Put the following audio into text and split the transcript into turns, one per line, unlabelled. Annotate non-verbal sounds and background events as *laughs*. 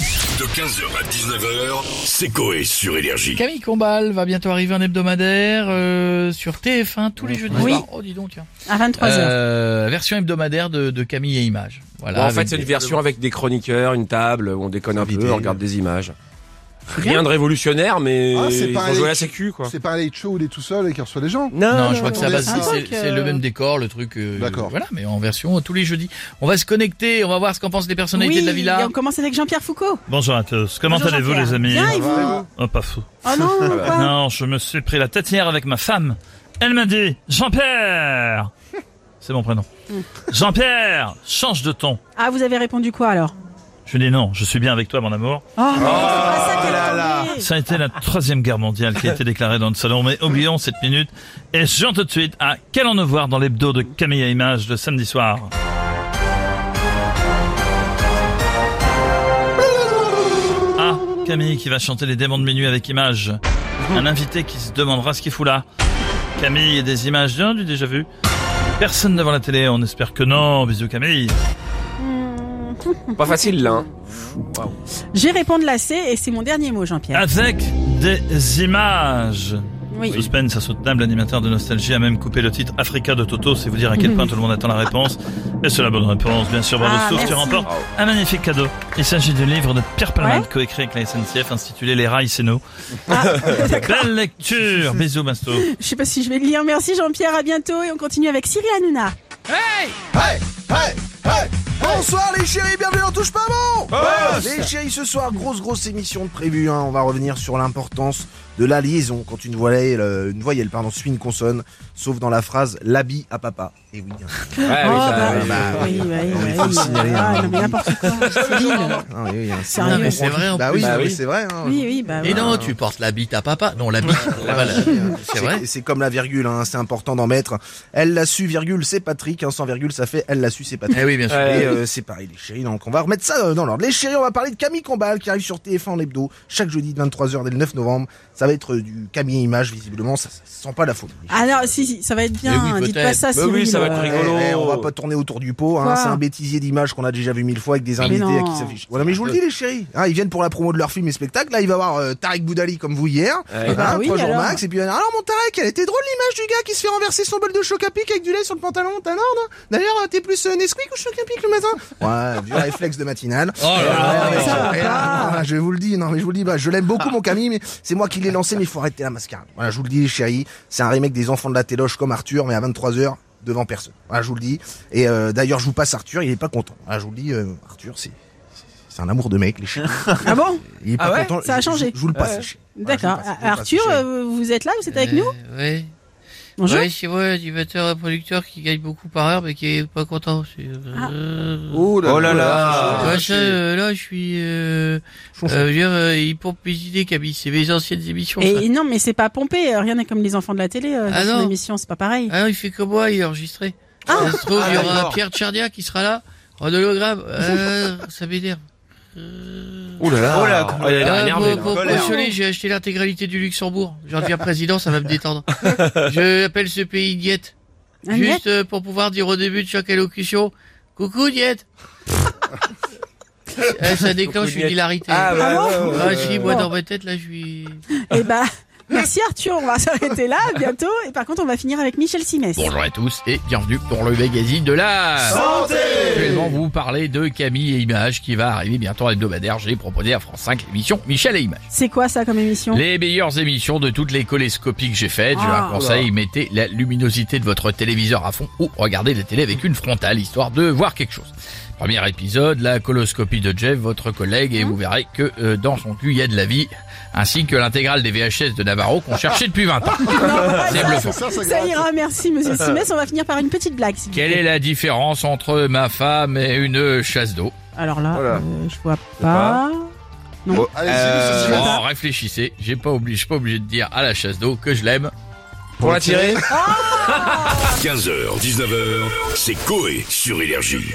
De 15h à 19h, c'est Coé sur Énergie.
Camille Combal va bientôt arriver en hebdomadaire euh, sur TF1 tous les jeudis
Oui.
soir. Oh, dis donc, tiens.
À 23h.
Euh, version hebdomadaire de, de Camille et Images. Voilà,
Bon, en
avec
fait, c'est
des-
une version avec des chroniqueurs, une table, où on déconne un
Invité.
peu, on regarde des images. Rien de révolutionnaire, mais
Ah, c'est
ils
pas
vont jouer à
les-
la sécu, quoi.
C'est pas un late show où il est tout seul et qui reçoit les gens.
Non, je crois que ça
on
va.
est
C'est
cinq,
c'est- c'est
euh.
le même décor, le truc. euh,
D'accord.
Voilà, mais en version euh, tous les jeudis. On va se connecter, on va voir ce qu'en pensent les personnalités
oui,
de la villa.
et on commence avec Jean-Pierre Foucault.
Bonjour à tous, comment
Bonjour,
allez-vous
Jean-Pierre.
les amis
Bien, et vous
Oh pas fou.
Oh non, quoi
Non, je me suis pris la tête hier avec ma femme. Elle m'a dit Jean-Pierre
*laughs*
C'est mon prénom.
Mm.
Jean-Pierre, change de ton.
Ah, vous avez répondu quoi alors
Je lui ai dit non, je suis bien avec toi mon amour.
Oh, mais c'est pas ça qu'elle attendait.
Ça a été la troisième guerre mondiale qui a été déclarée dans le salon, mais oublions cette minute. Et je viens tout de suite à Quel en voir dans l'hebdo de Camille à Images de samedi soir. Ah, Camille qui va chanter les démons de minuit avec Images. Un invité qui se demandera ce qu'il fout là. Camille et des images d'un du déjà vu. Personne devant la télé, on espère que non. Bisous Camille.
Pas facile, là. hein.
J'ai répondu lacé et c'est mon dernier mot, Jean-Pierre.
Avec des images.
oui.
Suspense insoutenable, l'animateur de Nostalgie a même coupé le titre Africa de Toto, c'est vous dire à quel point tout le monde attend la réponse. Et c'est la bonne réponse, bien sûr, bravo
Ah,
Souf, tu
merci.
remportes un magnifique cadeau. Il s'agit du livre de Pierre Palmade,
Ouais.
coécrit avec la SNCF, intitulé Les rails, c'est nous.
Ah,
*laughs* Belle lecture Bisous, Masto.
je sais pas si je vais le lire. Merci Jean-Pierre, à bientôt et on continue avec Cyril Hanouna.
Hey, hey, hey, Bah, Bonsoir les chéris, bienvenue en touche pas bon Les chéris, ce soir, grosse grosse émission de prévue, hein. on va revenir sur l'importance de la liaison quand une voyelle, euh, une voyelle pardon, suit une consonne, sauf dans la phrase l'habit à papa. Et oui, hein.
Ouais, mais
oh,
Ah ça-
bah,
ouais,
oui, oui, oui, oui,
faut le signaler, hein.
Ah, non, mais n'importe quoi.
*laughs*
Cyril.
Ah oui, oui, hein.
*laughs* Sérieux
Non, mais c'est vrai, en
Bah
plus.
oui,
Bah
non, mais
oui.
c'est vrai. hein. Ah,
Oui, oui, bah
Et
oui.
non, tu portes la bite à papa. Non, la bite. voilà, *laughs* c'est
C'est-
vrai.
C'est comme la virgule, hein, c'est important d'en mettre. Elle l'a su, virgule, c'est Patrick. Hein, sans virgule, ça fait elle l'a su, c'est Patrick.
Eh oui, bien sûr.
Ouais.
Et euh, c'est pareil, les chéris. Donc, on va remettre ça euh, dans l'ordre. Les chéris, on va parler de Camille Combal qui arrive sur TF1 en hebdo chaque jeudi de 23h dès le 9 novembre. Ça va être euh, du Camille Image, visiblement. Ça, ça sent pas la faute. Eh,
Ah non, si, si, ça va être bien.
Mais oui,
hein, Dites
peut-être.
pas ça,
Bah
Cyril.
oui, ça va être
euh,
rigolo.
on va pas tourner autour du pot.
Quoi
Hein. C'est un bêtisier d'images qu'on a déjà vu mille fois avec des invités
non.
à qui s'affichent. Voilà, mais je vous le dis, les chéris. Hein, ils viennent pour la promo de leur film et spectacle. Là, il va y avoir euh, Tarek Boudali comme vous hier.
Ouais.
bah
Hein,
oui,
trois jours
alors.
max. Et puis, alors mon Tarek, elle était drôle l'image du gars qui se fait renverser son bol de Chocapic avec du lait sur le pantalon. T'as l'ordre D'ailleurs, euh, t'es plus euh, Nesquik ou Chocapic le matin *laughs* Ouais, du réflexe de matinale.
Oh là là.
Ouais, ouais,
ça
ouais,
va pas.
ouais, ouais, je vous le dis, non mais je vous le dis, bah, je l'aime beaucoup mon Camille, mais c'est moi qui l'ai lancé, mais il faut arrêter la mascarade. Voilà, je vous le dis, chérie, c'est un remake des Enfants de la Téloche comme Arthur, mais à 23 h devant personne. Voilà, je vous le dis. Et euh, d'ailleurs, je vous passe Arthur, il est pas content. Voilà, je vous le dis, euh, Arthur, c'est c'est- c'est un amour de mec, les chéris.
Ah bon
Il est pas
Ah ouais
content.
Ça a
Je- je-
changé.
Je, vous le passe. les chéris. Voilà, je vous
D'accord.
le passe, je vous le passe,
Arthur,
les chéris.
euh, vous êtes là Vous êtes avec nous
Euh, Oui.
Bonjour.
Oui, c'est moi, animateur et producteur qui gagne beaucoup par heure, mais qui est pas content. C'est-
Ah.
Euh,
Oh là là.
Ouais, ça, euh, là, je suis. Euh, euh, je veux dire, euh, il pompe mes idées, Camille. C'est mes anciennes émissions. ça.
Et non, mais c'est pas pompé. euh, Rien n'est comme les enfants de la télé euh,
Ah
dans
non.
son émission, c'est pas pareil.
Ah non, il fait comme moi, il est enregistré.
Ah.
ça se trouve, il y aura
d'accord.
Pierre Tchernia qui sera là, en hologramme.
*laughs*
Euh, ça m'énerve.
Euh,
Oh là là. Oh là, comment elle a
Ah,
énervé,
pour-
là.
pour me consoler, j'ai acheté l'intégralité du Luxembourg. J'en deviens président, ça va me
*laughs*
détendre. Je appelle ce pays Diète.
Un
Juste euh, pour pouvoir dire au début de chaque allocution, coucou Diète.
*laughs*
Euh, ça déclenche
Coucou,
une
Diète.
hilarité.
Ah, bah,
Ah
ouais, ouais, ouais,
Ah,
ouais,
si,
ouais.
moi
bon.
dans ma tête là, je suis.
Eh ben, *laughs* merci Arthur, on va *laughs* s'arrêter là à bientôt. Et par contre, on va finir avec Michel Simès.
Bonjour à tous et bienvenue pour le magazine de la santé. Actuellement, vous parlez de Camille et Images qui va arriver bientôt à l'hebdomadaire. J'ai proposé à France 5 l'émission Michel et Images.
C'est quoi ça comme émission
Les meilleures émissions de toutes les colescopies que j'ai faites. J'ai
Ah.
un conseil, mettez la luminosité de votre téléviseur à fond ou regardez la télé avec une frontale, histoire de voir quelque chose. Premier épisode, la coloscopie de Jeff, votre collègue, et vous verrez que euh, dans son cul, il y a de la vie, ainsi que l'intégrale des VHS de Navarro qu'on cherchait depuis 20 ans. C'est bluffant.
C'est ça, ça
Ça
gratte.
ira, merci
*laughs*
Monsieur Simès. On va finir par une petite blague. s'il vous
Quelle
plaît.
est la différence entre ma femme et une chasse d'eau
Alors là,
Voilà.
euh, je vois
pas.
pas.
Allez,
Euh,
c'est- c'est- c'est-
Bon, réfléchissez, j'ai pas obligé, je suis pas obligé de dire à la chasse d'eau que je l'aime.
Pour la tirer
15h, 19h, c'est Coé sur Énergie.